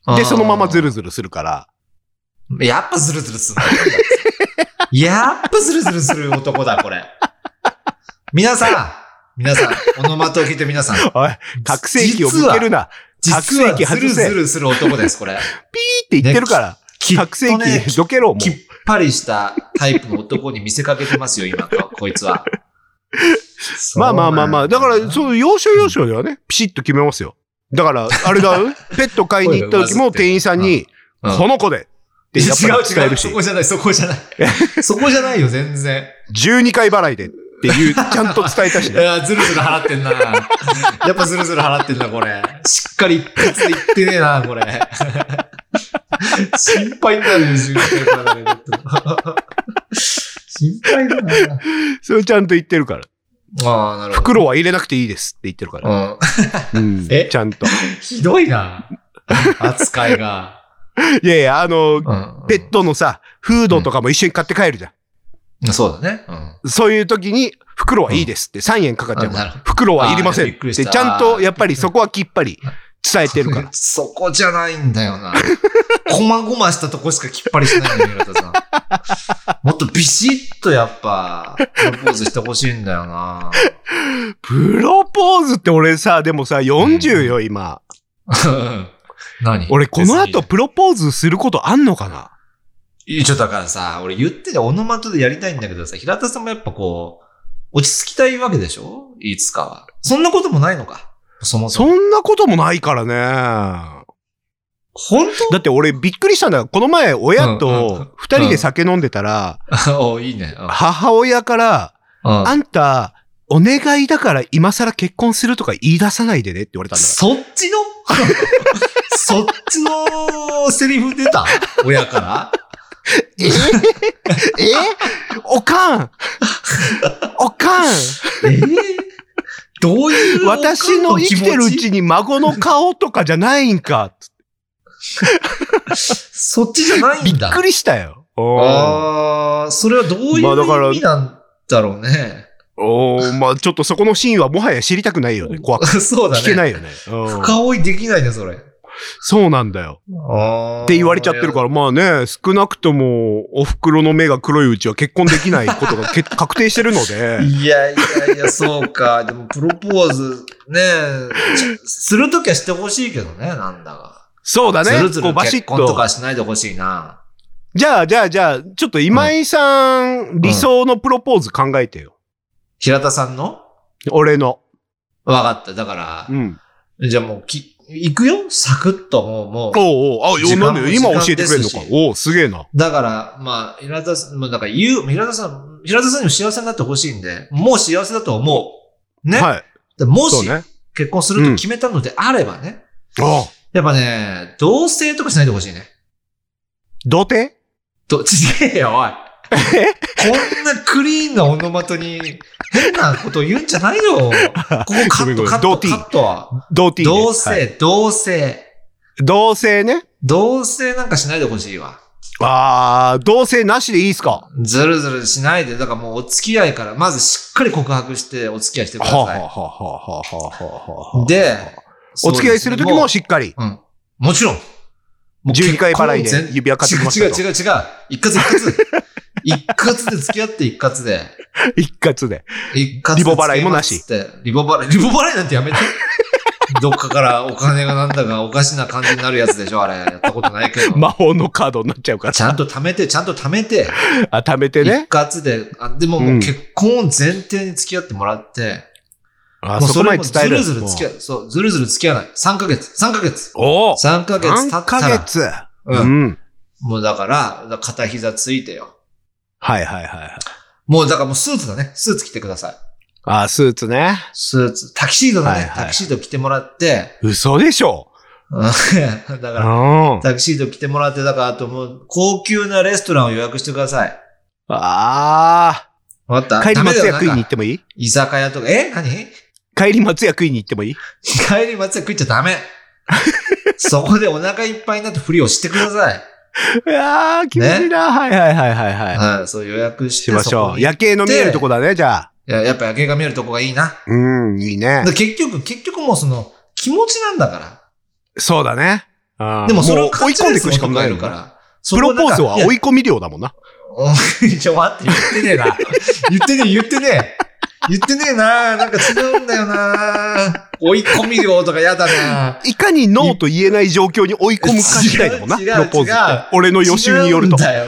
[SPEAKER 2] うん
[SPEAKER 3] で、そのままズルズルするから。
[SPEAKER 2] やっぱズルズルするの。 やっぱズルズルする男だ、これ。皆さん、皆さん、オノマトを聞いて皆さん。
[SPEAKER 3] おい、覚醒器を向けるな。
[SPEAKER 2] 実は、
[SPEAKER 3] 拡声
[SPEAKER 2] 実
[SPEAKER 3] 器
[SPEAKER 2] はズル
[SPEAKER 3] 外せ
[SPEAKER 2] ズルする男です、これ。
[SPEAKER 3] ピーって言ってるから。
[SPEAKER 2] き っ
[SPEAKER 3] 覚
[SPEAKER 2] と
[SPEAKER 3] 醒
[SPEAKER 2] ね、
[SPEAKER 3] 器、どけろ、も
[SPEAKER 2] きっ
[SPEAKER 3] う。
[SPEAKER 2] ぱりしたタイプの男に見せかけてますよ、今、こいつは。
[SPEAKER 3] まあまあまあまあ。だから、
[SPEAKER 2] う
[SPEAKER 3] その、要所要所ではね、ピシッと決めますよ。だから、あれ だよ、ペット買いに行った時も店員さんに、
[SPEAKER 2] うんうん
[SPEAKER 3] この子でってやっ
[SPEAKER 2] 違
[SPEAKER 3] ぱ
[SPEAKER 2] う
[SPEAKER 3] り伝え
[SPEAKER 2] 違
[SPEAKER 3] る
[SPEAKER 2] う、
[SPEAKER 3] し
[SPEAKER 2] そ、こじゃない、そこじ ゃない。そこじゃないよ、全然。
[SPEAKER 3] 12回払いでっていう、ちゃんと伝えたし
[SPEAKER 2] い
[SPEAKER 3] ね。
[SPEAKER 2] や、ずるずる払 ってんな。やっぱずるずる払ってんな、これ。しっかり一発で言ってねえな、これ。心配になるよ、自分からねちょっと心配だな。
[SPEAKER 3] それちゃんと言ってるから。
[SPEAKER 2] ああ、なるほど。
[SPEAKER 3] 袋は入れなくていいですって言ってるから。
[SPEAKER 2] うん
[SPEAKER 3] うん
[SPEAKER 2] え
[SPEAKER 3] ちゃんと。
[SPEAKER 2] ひどいな。扱いが。
[SPEAKER 3] いやいや、あの、
[SPEAKER 2] うん
[SPEAKER 3] ペットのさ、フードとかも一緒に買って帰るじゃん。
[SPEAKER 2] そうだね。うん。
[SPEAKER 3] そういう時に、袋はいいですって3円かかっちゃうか
[SPEAKER 2] あ
[SPEAKER 3] ら
[SPEAKER 2] なる、
[SPEAKER 3] 袋はいりません
[SPEAKER 2] あーび
[SPEAKER 3] っ
[SPEAKER 2] っくり
[SPEAKER 3] て、
[SPEAKER 2] し
[SPEAKER 3] ちゃ
[SPEAKER 2] た
[SPEAKER 3] んとやっぱりそこはきっぱり伝えてるから。
[SPEAKER 2] そこじゃないんだよな。 こまごましたとこしかきっぱりしないんだよ、さん。 もっとビシッとやっぱ、プロポーズしてほしいんだよな。
[SPEAKER 3] プロポーズって俺さ、でもさ、40よ、今。
[SPEAKER 2] 何
[SPEAKER 3] 俺、この後
[SPEAKER 2] 別
[SPEAKER 3] プロポーズすることあんのかな
[SPEAKER 2] にちょっとだからさ、俺言っててオノマトでやりたいんだけどさ、平田さんもやっぱこう、落ち着きたいわけでしょいつかは。そんなこともないのかそもそ
[SPEAKER 3] そ
[SPEAKER 2] も。
[SPEAKER 3] んなこともないからね。
[SPEAKER 2] 本
[SPEAKER 3] だって俺びっくりしたんだよこの前親と二人で酒飲んでたら、
[SPEAKER 2] 当 おいいね。うん
[SPEAKER 3] 母親から、
[SPEAKER 2] うん
[SPEAKER 3] あんた、お願いだから今更結婚するとか言い出さないでねって言われたんだか
[SPEAKER 2] そっちの そっちのセリフ出た親から
[SPEAKER 3] ら。えおか んおかん
[SPEAKER 2] えーどういう
[SPEAKER 3] 私の生きてるうちに孫の顔とかじゃないんか
[SPEAKER 2] そっちじゃない
[SPEAKER 3] びっ
[SPEAKER 2] んだ。
[SPEAKER 3] くりしたよ。お
[SPEAKER 2] ああ、それはどういう
[SPEAKER 3] まあだから
[SPEAKER 2] 意味なんだろうね。
[SPEAKER 3] ーまあちょっとそこのシーンはもはや知りたくないよね。怖くて。
[SPEAKER 2] そうだね。
[SPEAKER 3] 聞けないよね。うん
[SPEAKER 2] 深追いできないね、それ。
[SPEAKER 3] そうなんだよ。
[SPEAKER 2] っ
[SPEAKER 3] って言われちゃってるから、まあね、少なくとも、お袋の目が黒いうちは結婚できないことがけ 確定してるので、
[SPEAKER 2] いやいやいや、そうか。 でも、プロポーズ、ねえ、するときはしてほしいけどね、なんだか。
[SPEAKER 3] そうだね、
[SPEAKER 2] ずるず
[SPEAKER 3] こ
[SPEAKER 2] る
[SPEAKER 3] うバシッ
[SPEAKER 2] 結婚と
[SPEAKER 3] と。
[SPEAKER 2] かしないでほしいな。
[SPEAKER 3] じゃあ、じゃあ、じゃあ、ちょっと今井さん、理想のプロポーズ考えてよ。
[SPEAKER 2] 平田さんの
[SPEAKER 3] 俺の。
[SPEAKER 2] わかった。だか
[SPEAKER 3] うん。
[SPEAKER 2] ら、じゃあもうき、行くよサクッと、もう、もう。
[SPEAKER 3] おうおう、あ、よ
[SPEAKER 2] 時間
[SPEAKER 3] な
[SPEAKER 2] も
[SPEAKER 3] んで今教えてくれるの
[SPEAKER 2] 時
[SPEAKER 3] か
[SPEAKER 2] 間です。し
[SPEAKER 3] おう、すげえな。
[SPEAKER 2] だから、まあ、平田さん、まあ、だから言う、平田さん、平田さんにも幸せになってほしいんで、もう幸せだと思う。ね。
[SPEAKER 3] はい。
[SPEAKER 2] でも
[SPEAKER 3] そう
[SPEAKER 2] し、
[SPEAKER 3] ね。
[SPEAKER 2] 結婚すると決めたのであればね、
[SPEAKER 3] おう
[SPEAKER 2] やっぱね、同棲とかしないでほしいね。
[SPEAKER 3] 童貞
[SPEAKER 2] ど、ちげえよ、おい。こんなクリーンなオノマトに変なこと言うんじゃないよ。ここカ
[SPEAKER 3] ごめ
[SPEAKER 2] ッ
[SPEAKER 3] んご
[SPEAKER 2] ト、
[SPEAKER 3] めん
[SPEAKER 2] カッ
[SPEAKER 3] 同
[SPEAKER 2] ト、カ
[SPEAKER 3] T
[SPEAKER 2] ットは。
[SPEAKER 3] 童貞ね。
[SPEAKER 2] 同
[SPEAKER 3] はい。
[SPEAKER 2] 棲、同棲。
[SPEAKER 3] 同棲ね。
[SPEAKER 2] 同棲なんかしないでほしいわ。
[SPEAKER 3] あー、同棲なしでいいっすか
[SPEAKER 2] ずるずるしないで、だからもうお付き合いから、まずしっかり告白してお付き合いしてくだ
[SPEAKER 3] はあは
[SPEAKER 2] さ
[SPEAKER 3] あ
[SPEAKER 2] い。
[SPEAKER 3] はあはあはあはあはあ
[SPEAKER 2] で、
[SPEAKER 3] お付き合いするときもしっかり。
[SPEAKER 2] そうですねもううん。もちろん。もう
[SPEAKER 3] 11回払いで
[SPEAKER 2] 結婚前
[SPEAKER 3] 指輪買ってきました
[SPEAKER 2] 違う
[SPEAKER 3] と
[SPEAKER 2] 違う違う違う。一括 一括。一括で付き合って一括で。
[SPEAKER 3] 一括で。
[SPEAKER 2] 一括
[SPEAKER 3] リボ払いもなし
[SPEAKER 2] で付き合ますって。リボ払い、リボ払いなんてやめ て。どっかからお金がなんだかおかしな感じになるやつでしょあれ。やったことないけ ど。
[SPEAKER 3] 魔法のカードになっちゃうから。
[SPEAKER 2] ちゃんと貯めて、ちゃんと貯めて、
[SPEAKER 3] あ、貯めてね
[SPEAKER 2] 一。括で、あでももう結婚を前提に付き合ってもらって、
[SPEAKER 3] あ、
[SPEAKER 2] もう
[SPEAKER 3] そこまで伝える。
[SPEAKER 2] ずるずる付き合う。そう、ずるずる付き合わない。3ヶ月、3ヶ月。
[SPEAKER 3] おお
[SPEAKER 2] 3ヶ月経ったら、
[SPEAKER 3] 月。う
[SPEAKER 2] うん。
[SPEAKER 3] ん。
[SPEAKER 2] もうだから、片膝ついてよ。
[SPEAKER 3] はいはいはいはい。
[SPEAKER 2] もうだからもうスーツだね。スーツ着てください。
[SPEAKER 3] あ、スーツね。
[SPEAKER 2] スーツ。タキシードだね。
[SPEAKER 3] はいはい
[SPEAKER 2] タキシード着てもらって、
[SPEAKER 3] 嘘でしょ。
[SPEAKER 2] うんだ
[SPEAKER 3] う
[SPEAKER 2] から、
[SPEAKER 3] ん。
[SPEAKER 2] タキシード着てもらって、だからあともう、高級なレストランを予約してください。
[SPEAKER 3] ああ。
[SPEAKER 2] わかった。
[SPEAKER 3] 帰り
[SPEAKER 2] ダメだ
[SPEAKER 3] 松
[SPEAKER 2] よ
[SPEAKER 3] 屋食いに行
[SPEAKER 2] なん
[SPEAKER 3] っ
[SPEAKER 2] か
[SPEAKER 3] てもいい
[SPEAKER 2] 居酒屋とか、え何
[SPEAKER 3] 帰り松屋食いに行ってもいい
[SPEAKER 2] 帰り松屋食っちゃ ダメ。そこでお腹いっぱいになってふりをしてください。
[SPEAKER 3] うわー、厳しいな。はいはいはいはいはい。
[SPEAKER 2] はい、そう予約して
[SPEAKER 3] しまし
[SPEAKER 2] そ
[SPEAKER 3] ょ
[SPEAKER 2] こ
[SPEAKER 3] う。
[SPEAKER 2] にい
[SPEAKER 3] 夜景の見えるとこだね、じゃあ。
[SPEAKER 2] や、やっぱ夜景が見えるとこがいいな。
[SPEAKER 3] うん、いいね
[SPEAKER 2] で。結局、結局もうその、気持ちなんだか
[SPEAKER 3] そうだね。
[SPEAKER 2] ら。でもそれを
[SPEAKER 3] 追
[SPEAKER 2] 追
[SPEAKER 3] い
[SPEAKER 2] い
[SPEAKER 3] 込
[SPEAKER 2] 込
[SPEAKER 3] ん
[SPEAKER 2] ん
[SPEAKER 3] でい
[SPEAKER 2] でい
[SPEAKER 3] く
[SPEAKER 2] く
[SPEAKER 3] し
[SPEAKER 2] し
[SPEAKER 3] か
[SPEAKER 2] か
[SPEAKER 3] な
[SPEAKER 2] ないい
[SPEAKER 3] の
[SPEAKER 2] の
[SPEAKER 3] か。
[SPEAKER 2] からら。
[SPEAKER 3] プロポーズは追
[SPEAKER 2] い
[SPEAKER 3] い込み量だもんな。
[SPEAKER 2] うんちょ、待って、言ってねえな。言ってねえ、言ってねえ。言ってねえな。なんか違うんだよな。追い込み量とかやだな。
[SPEAKER 3] いかにノーと言えない状況に追い込むか次第だもんな、プ
[SPEAKER 2] 違う違う
[SPEAKER 3] ロポーズって。俺の予習によると。
[SPEAKER 2] 違うんだよ。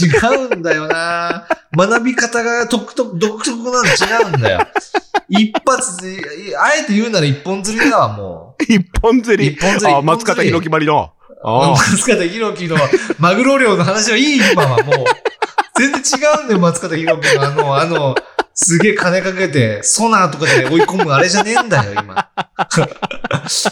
[SPEAKER 2] 違うんだよな。学び方が独特、独特なの違うんだよ。一発で、あえて言うなら一本釣りだわ、もう。
[SPEAKER 3] 一本釣り。
[SPEAKER 2] 一本釣り。
[SPEAKER 3] あ、松方ひろきまりの。ああ。
[SPEAKER 2] 松方弘樹のマグロ漁の話はいい、今はもう。全然違うんだよ、松方弘樹のあの、あの、すげえ金かけて、ソナーとかで追い込むあれじゃねえんだよ、今。 し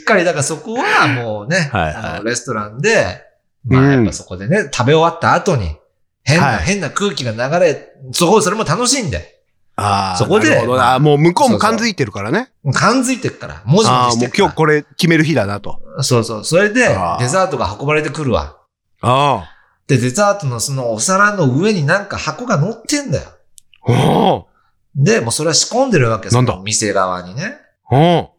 [SPEAKER 2] っかり、だからそこはもうね、
[SPEAKER 3] はいはい
[SPEAKER 2] あのレストランで、まあやっぱそこでね、食べ終わった後に、変な、
[SPEAKER 3] はい
[SPEAKER 2] 変な空気が流れ、そこ、それも楽しいんで。
[SPEAKER 3] ああ。
[SPEAKER 2] そこで
[SPEAKER 3] なるほどなもう向こうも感づいてるからね。
[SPEAKER 2] もう感づいてるから、文字
[SPEAKER 3] あ
[SPEAKER 2] に
[SPEAKER 3] あ、
[SPEAKER 2] し
[SPEAKER 3] も
[SPEAKER 2] て
[SPEAKER 3] う
[SPEAKER 2] っか
[SPEAKER 3] 今
[SPEAKER 2] ら
[SPEAKER 3] 日これ決める日だなと。
[SPEAKER 2] そうそう。それで
[SPEAKER 3] あ、ー
[SPEAKER 2] デザートが運ばれてくるわ。
[SPEAKER 3] あ
[SPEAKER 2] で、デザートのそのお皿の上になんか箱が乗ってんだよ。
[SPEAKER 3] あ。お
[SPEAKER 2] で、もうそれは仕込んでるわけです
[SPEAKER 3] なんだ
[SPEAKER 2] 店側にね。
[SPEAKER 3] おお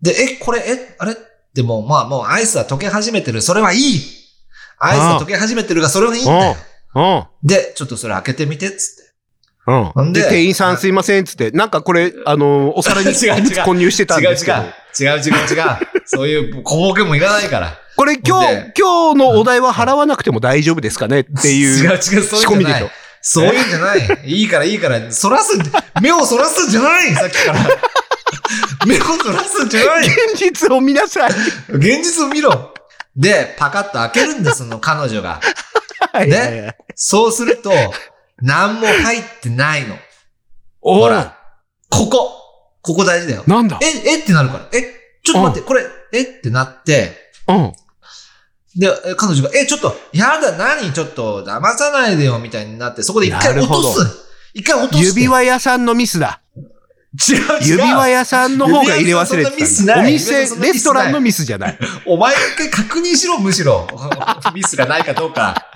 [SPEAKER 2] で、え、これ、え、あれでも、まあもうアイスは溶け始めてる。それはいいアイスは溶け始めてるが、それはいいんだよ。
[SPEAKER 3] お
[SPEAKER 2] で、ちょっとそれ開けてみて、つっ
[SPEAKER 3] う。
[SPEAKER 2] なんんで
[SPEAKER 3] で、店員さんすいません、つって。なんかこれ、あの、お皿に
[SPEAKER 2] 違う違う
[SPEAKER 3] 混入してたん
[SPEAKER 2] て。違う違
[SPEAKER 3] で
[SPEAKER 2] う。違う
[SPEAKER 3] すけど。
[SPEAKER 2] 違う違う。 そういう小ボケもいらないから。
[SPEAKER 3] これ今
[SPEAKER 2] ほん
[SPEAKER 3] 日
[SPEAKER 2] で、
[SPEAKER 3] 今日のお題は払わなくても大丈夫ですかねってい
[SPEAKER 2] 違う
[SPEAKER 3] う
[SPEAKER 2] 違う、そうい
[SPEAKER 3] 仕
[SPEAKER 2] うん
[SPEAKER 3] 込
[SPEAKER 2] じ
[SPEAKER 3] み
[SPEAKER 2] ゃ
[SPEAKER 3] で
[SPEAKER 2] な
[SPEAKER 3] しょ
[SPEAKER 2] い。。そういうんじゃない。いいからいいから、そらすん、目をそらすんじゃないさっきから。 目をそらすんじゃない
[SPEAKER 3] 現実を見なさい。
[SPEAKER 2] 現実を見ろで、パカッと開けるんです、その彼女が。
[SPEAKER 3] はいはいはい。
[SPEAKER 2] そうすると、何も入ってないの。
[SPEAKER 3] お
[SPEAKER 2] ほ
[SPEAKER 3] お。
[SPEAKER 2] ら、ここここ大事だよ。
[SPEAKER 3] なんだ
[SPEAKER 2] え、えってなるから。え、ちょっと待って、これ、えってなって、
[SPEAKER 3] うん。
[SPEAKER 2] で、え彼女が、え、ちょっと、やだ、何ちょっと、騙さないでよ、みたいになって、そこで一回
[SPEAKER 3] なる
[SPEAKER 2] 落
[SPEAKER 3] ほ
[SPEAKER 2] と
[SPEAKER 3] ど
[SPEAKER 2] す。一回落とす。
[SPEAKER 3] 指輪屋さんのミスだ。
[SPEAKER 2] 違う違う。
[SPEAKER 3] 指輪屋さんの方が入れ忘れ
[SPEAKER 2] 指輪屋
[SPEAKER 3] て
[SPEAKER 2] さんそん
[SPEAKER 3] た。
[SPEAKER 2] な
[SPEAKER 3] お
[SPEAKER 2] ミスな
[SPEAKER 3] 店、レ
[SPEAKER 2] い指輪屋さんそんなミスない
[SPEAKER 3] ストランのミスじゃない。
[SPEAKER 2] お前が一回確認しろ、むしろ。 ミスがないかどうか。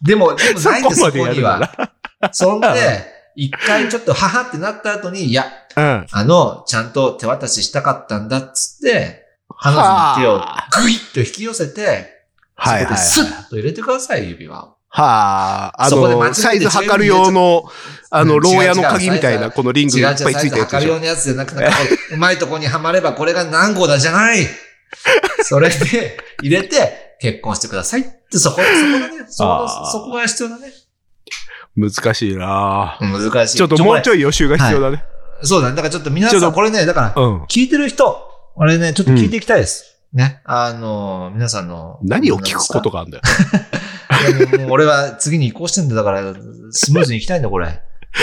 [SPEAKER 2] でも、でも
[SPEAKER 3] そ
[SPEAKER 2] ないんで
[SPEAKER 3] こ
[SPEAKER 2] す、そ
[SPEAKER 3] ま
[SPEAKER 2] こ
[SPEAKER 3] でや
[SPEAKER 2] に
[SPEAKER 3] る
[SPEAKER 2] は。
[SPEAKER 3] か
[SPEAKER 2] そんで、一回ちょっと母ってなった後に、いや、
[SPEAKER 3] ら。うん。
[SPEAKER 2] あの、ちゃんと手渡ししたかったんだっつって、彼女の手を
[SPEAKER 3] は
[SPEAKER 2] グイッと引き寄せて、
[SPEAKER 3] はい
[SPEAKER 2] そこ
[SPEAKER 3] はい。
[SPEAKER 2] でスッと入れてください、指輪を。
[SPEAKER 3] はあ、あ
[SPEAKER 2] そこで間違え
[SPEAKER 3] の、
[SPEAKER 2] て
[SPEAKER 3] サイズ測る用の、あの、
[SPEAKER 2] うん
[SPEAKER 3] 牢
[SPEAKER 2] 違う
[SPEAKER 3] 屋の
[SPEAKER 2] 違う
[SPEAKER 3] 鍵みたいな、このリング
[SPEAKER 2] 違
[SPEAKER 3] いう
[SPEAKER 2] 違
[SPEAKER 3] っ
[SPEAKER 2] う、
[SPEAKER 3] ぱいつ
[SPEAKER 2] サイズ
[SPEAKER 3] いたやつ
[SPEAKER 2] 測
[SPEAKER 3] で
[SPEAKER 2] る
[SPEAKER 3] し
[SPEAKER 2] 用
[SPEAKER 3] ょ。
[SPEAKER 2] のやつじゃなくて、なんかこううまいとこにはまればこれが何号だじゃないそれで入れて結婚してくださいって、そこ、そこだね。そこ
[SPEAKER 3] あー
[SPEAKER 2] のそこが必要だね。
[SPEAKER 3] 難しいなぁ
[SPEAKER 2] 難しい。
[SPEAKER 3] ちょっともうち
[SPEAKER 2] ょ
[SPEAKER 3] ょい予習が必要だね。
[SPEAKER 2] い。そうだね。だからちょっと皆さ
[SPEAKER 3] ちょっ
[SPEAKER 2] ん、
[SPEAKER 3] と
[SPEAKER 2] これね、だから、
[SPEAKER 3] うん。
[SPEAKER 2] 聞いてる人、俺ね、ちょっと聞いていきたいです。ね。あの、皆さんの。
[SPEAKER 3] 何を聞くことがあるんだよ。
[SPEAKER 2] いやもうもう俺は次に移行してんだだから、スムーズに行きたいんだ、これ。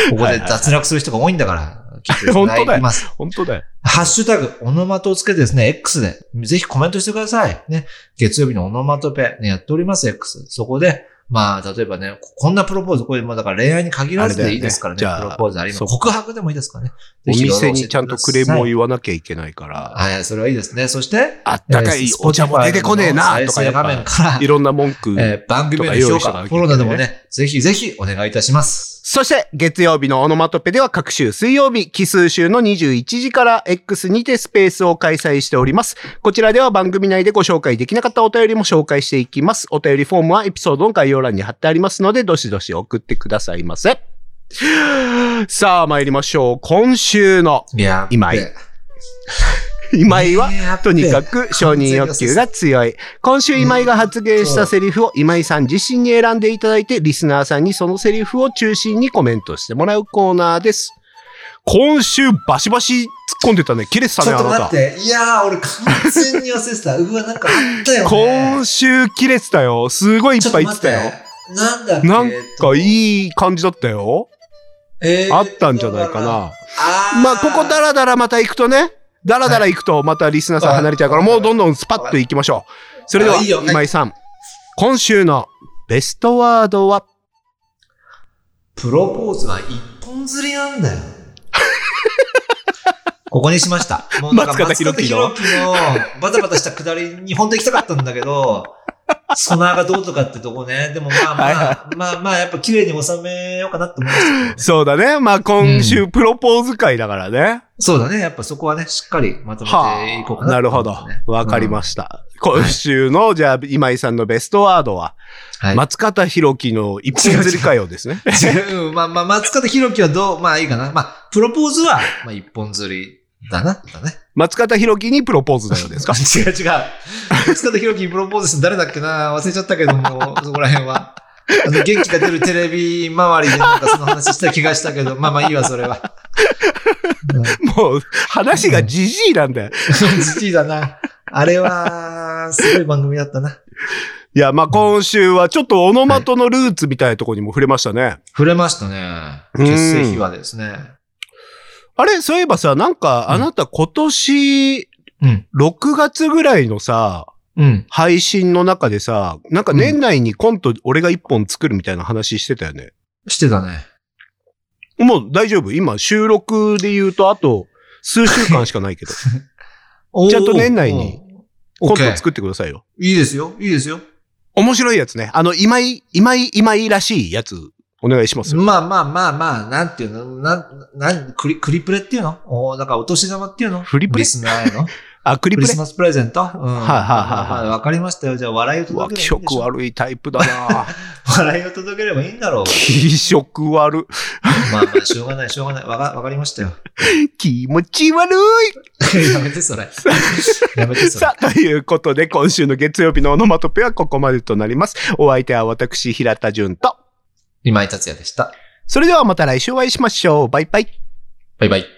[SPEAKER 2] ここで脱落する人が多いんだから、聞いてる人
[SPEAKER 3] 本当だよ
[SPEAKER 2] います。
[SPEAKER 3] 本当だよ。
[SPEAKER 2] ハッシュタグ、オノマトをつけてですね、X で、ぜひコメントしてください。ね。月曜日のオノマトペ、ね、やっております、X。そこで、まあ、例えばね、ここんなプロポーズ、これ、まあだから恋愛に限らずでいいですからね、
[SPEAKER 3] あれだよねじゃ
[SPEAKER 2] プ
[SPEAKER 3] あ
[SPEAKER 2] ロポーズあります。
[SPEAKER 3] そう
[SPEAKER 2] 告白でもいいですからね。
[SPEAKER 3] お
[SPEAKER 2] ぜひ
[SPEAKER 3] 店にちゃんとクレームを言わなきゃいけないから、
[SPEAKER 2] はい、それはいいですね。そして、
[SPEAKER 3] あったかいお茶も出てこねえなとかや
[SPEAKER 2] 再生
[SPEAKER 3] っ
[SPEAKER 2] 画
[SPEAKER 3] ぱ
[SPEAKER 2] 面、から
[SPEAKER 3] い、ろんな文句。
[SPEAKER 2] えー番組への評価、フォローなどもね、ぜひぜひお願いいたします。
[SPEAKER 3] そして、月曜日のオノマトペでは各週水曜日、奇数週の21時から X にてスペースを開催しております。こちらでは番組内でご紹介できなかったお便りも紹介していきます。お便りフォームはエピソードの概要欄に貼ってありますので、どしどし送ってくださいませ。さあ、参りましょう。今週の
[SPEAKER 2] いやー
[SPEAKER 3] 今井
[SPEAKER 2] で
[SPEAKER 3] 今井は
[SPEAKER 2] ねえやっ、べ
[SPEAKER 3] とにかく承認欲求が強い。今週今井が発言したセリフを今井さん自身に選んでいただいて、リスナーさんにそのセリフを中心にコメントしてもらうコーナーです。今週バシバシ突っ込んでたね。キレてた
[SPEAKER 2] ち
[SPEAKER 3] ね、
[SPEAKER 2] ょっ
[SPEAKER 3] あ
[SPEAKER 2] と
[SPEAKER 3] な。
[SPEAKER 2] 待ったて、いやー、俺完全に忘れてた。うわ、なんかあった よ、ね。
[SPEAKER 3] 今週キレてたよ。すごいいっぱい言ってたよ。。
[SPEAKER 2] なんだっけ
[SPEAKER 3] なんか
[SPEAKER 2] い、
[SPEAKER 3] いい感じだったよ。
[SPEAKER 2] えー
[SPEAKER 3] あったんじゃないか。な。
[SPEAKER 2] あー
[SPEAKER 3] まあ、ここダラダラまた行くとね、ダラダラ行くとまたリスナーさん離れちゃうから、
[SPEAKER 2] はい
[SPEAKER 3] もうどんどんスパッと行きましょう。それでは、
[SPEAKER 2] あいいよはい
[SPEAKER 3] 今井さん、今週のベストワードは、
[SPEAKER 2] プロポーズは一本釣りな んだよ。ここにしました。もうなんか
[SPEAKER 3] 松方弘樹の
[SPEAKER 2] 松方弘樹のバタバタした下りに本当に行きたかったんだけど、ソナーがどうとかってとこね。でもまあま
[SPEAKER 3] はい
[SPEAKER 2] あ、まあまあ、やっぱ綺麗に収めようかなって思いましたけどね。
[SPEAKER 3] そうだね。まあ、今週プロポーズ会だからね。
[SPEAKER 2] そうだね。やっぱそこはね、しっかりまとめていこう
[SPEAKER 3] はあ、
[SPEAKER 2] かな
[SPEAKER 3] な
[SPEAKER 2] って
[SPEAKER 3] るほ
[SPEAKER 2] 思い
[SPEAKER 3] ど
[SPEAKER 2] ますね、。
[SPEAKER 3] わかりました。今週の、じゃあ、今井さんのベストワードは、
[SPEAKER 2] はい
[SPEAKER 3] 松方弘樹の一本釣りかよ ですね。
[SPEAKER 2] うんまあまあ、松方弘樹はどう、まあいいかな。まあ、プロポーズは、まあ一本釣りだな、だね。
[SPEAKER 3] 松方弘樹にプロポーズだよです か
[SPEAKER 2] 違う違う。松方弘樹にプロポーズしたの誰だっけな忘れちゃったけども、 そこら辺は。あの、元気が出るテレビ周りでなんかその話した気がしたけど、 まあまあいいわ、それは。
[SPEAKER 3] もう、話がじじいなんだよ。
[SPEAKER 2] ジジイだな。あれは、すごい番組だったな。
[SPEAKER 3] いや、まあ、今週はちょっとオノマトのルーツみたいなところにも触れましたね。
[SPEAKER 2] 触れましたね。
[SPEAKER 3] うん
[SPEAKER 2] 結成秘話ですね。
[SPEAKER 3] あれ、そういえばさ、なんか、
[SPEAKER 2] うん
[SPEAKER 3] あなた今年、
[SPEAKER 2] うん。
[SPEAKER 3] 6月ぐらいのさ、
[SPEAKER 2] うん。
[SPEAKER 3] 配信の中でさ、なんか年内にコント俺が一本作るみたいな話してたよね。
[SPEAKER 2] してたね。
[SPEAKER 3] もう大丈夫今収録で言うとあと数週間しか ないけど。ちゃんと年内に
[SPEAKER 2] おー。
[SPEAKER 3] コン
[SPEAKER 2] オッケ
[SPEAKER 3] ト
[SPEAKER 2] ー。
[SPEAKER 3] 作ってくださいよ。
[SPEAKER 2] いいですよ。いいですよ。
[SPEAKER 3] 面白いやつね。あの、今井、今井、今井らしいやつ、お願いしますよ。
[SPEAKER 2] まあまあまあまあ、なんていうのなん、なん、クリ、クリプレっていうのおーだからお年玉っていうの
[SPEAKER 3] フリプレ
[SPEAKER 2] リスナーへの
[SPEAKER 3] あ、クリプ
[SPEAKER 2] クリ
[SPEAKER 3] レ
[SPEAKER 2] ス。マスプレゼントうん。はいはい
[SPEAKER 3] はいはい
[SPEAKER 2] わかりましたよ。じゃあ笑いを
[SPEAKER 3] うわ
[SPEAKER 2] 届け
[SPEAKER 3] 気
[SPEAKER 2] ればいいん
[SPEAKER 3] 色
[SPEAKER 2] でしょ
[SPEAKER 3] 悪いタイプだな
[SPEAKER 2] 笑いを届ければいいんだろう。
[SPEAKER 3] 気色悪。
[SPEAKER 2] まあまあ、しょうがない、しょうがない。わか、わかりましたよ。
[SPEAKER 3] 気持ち悪い。
[SPEAKER 2] やめて、それ。やめて、それ
[SPEAKER 3] さ。あ、ということで、今週の月曜日のオノマトペはここまでとなります。お相手は私、平田純と。
[SPEAKER 2] 今井達也でした。
[SPEAKER 3] それではまた来週お会いしましょう。バイバイ。
[SPEAKER 2] バイバイ。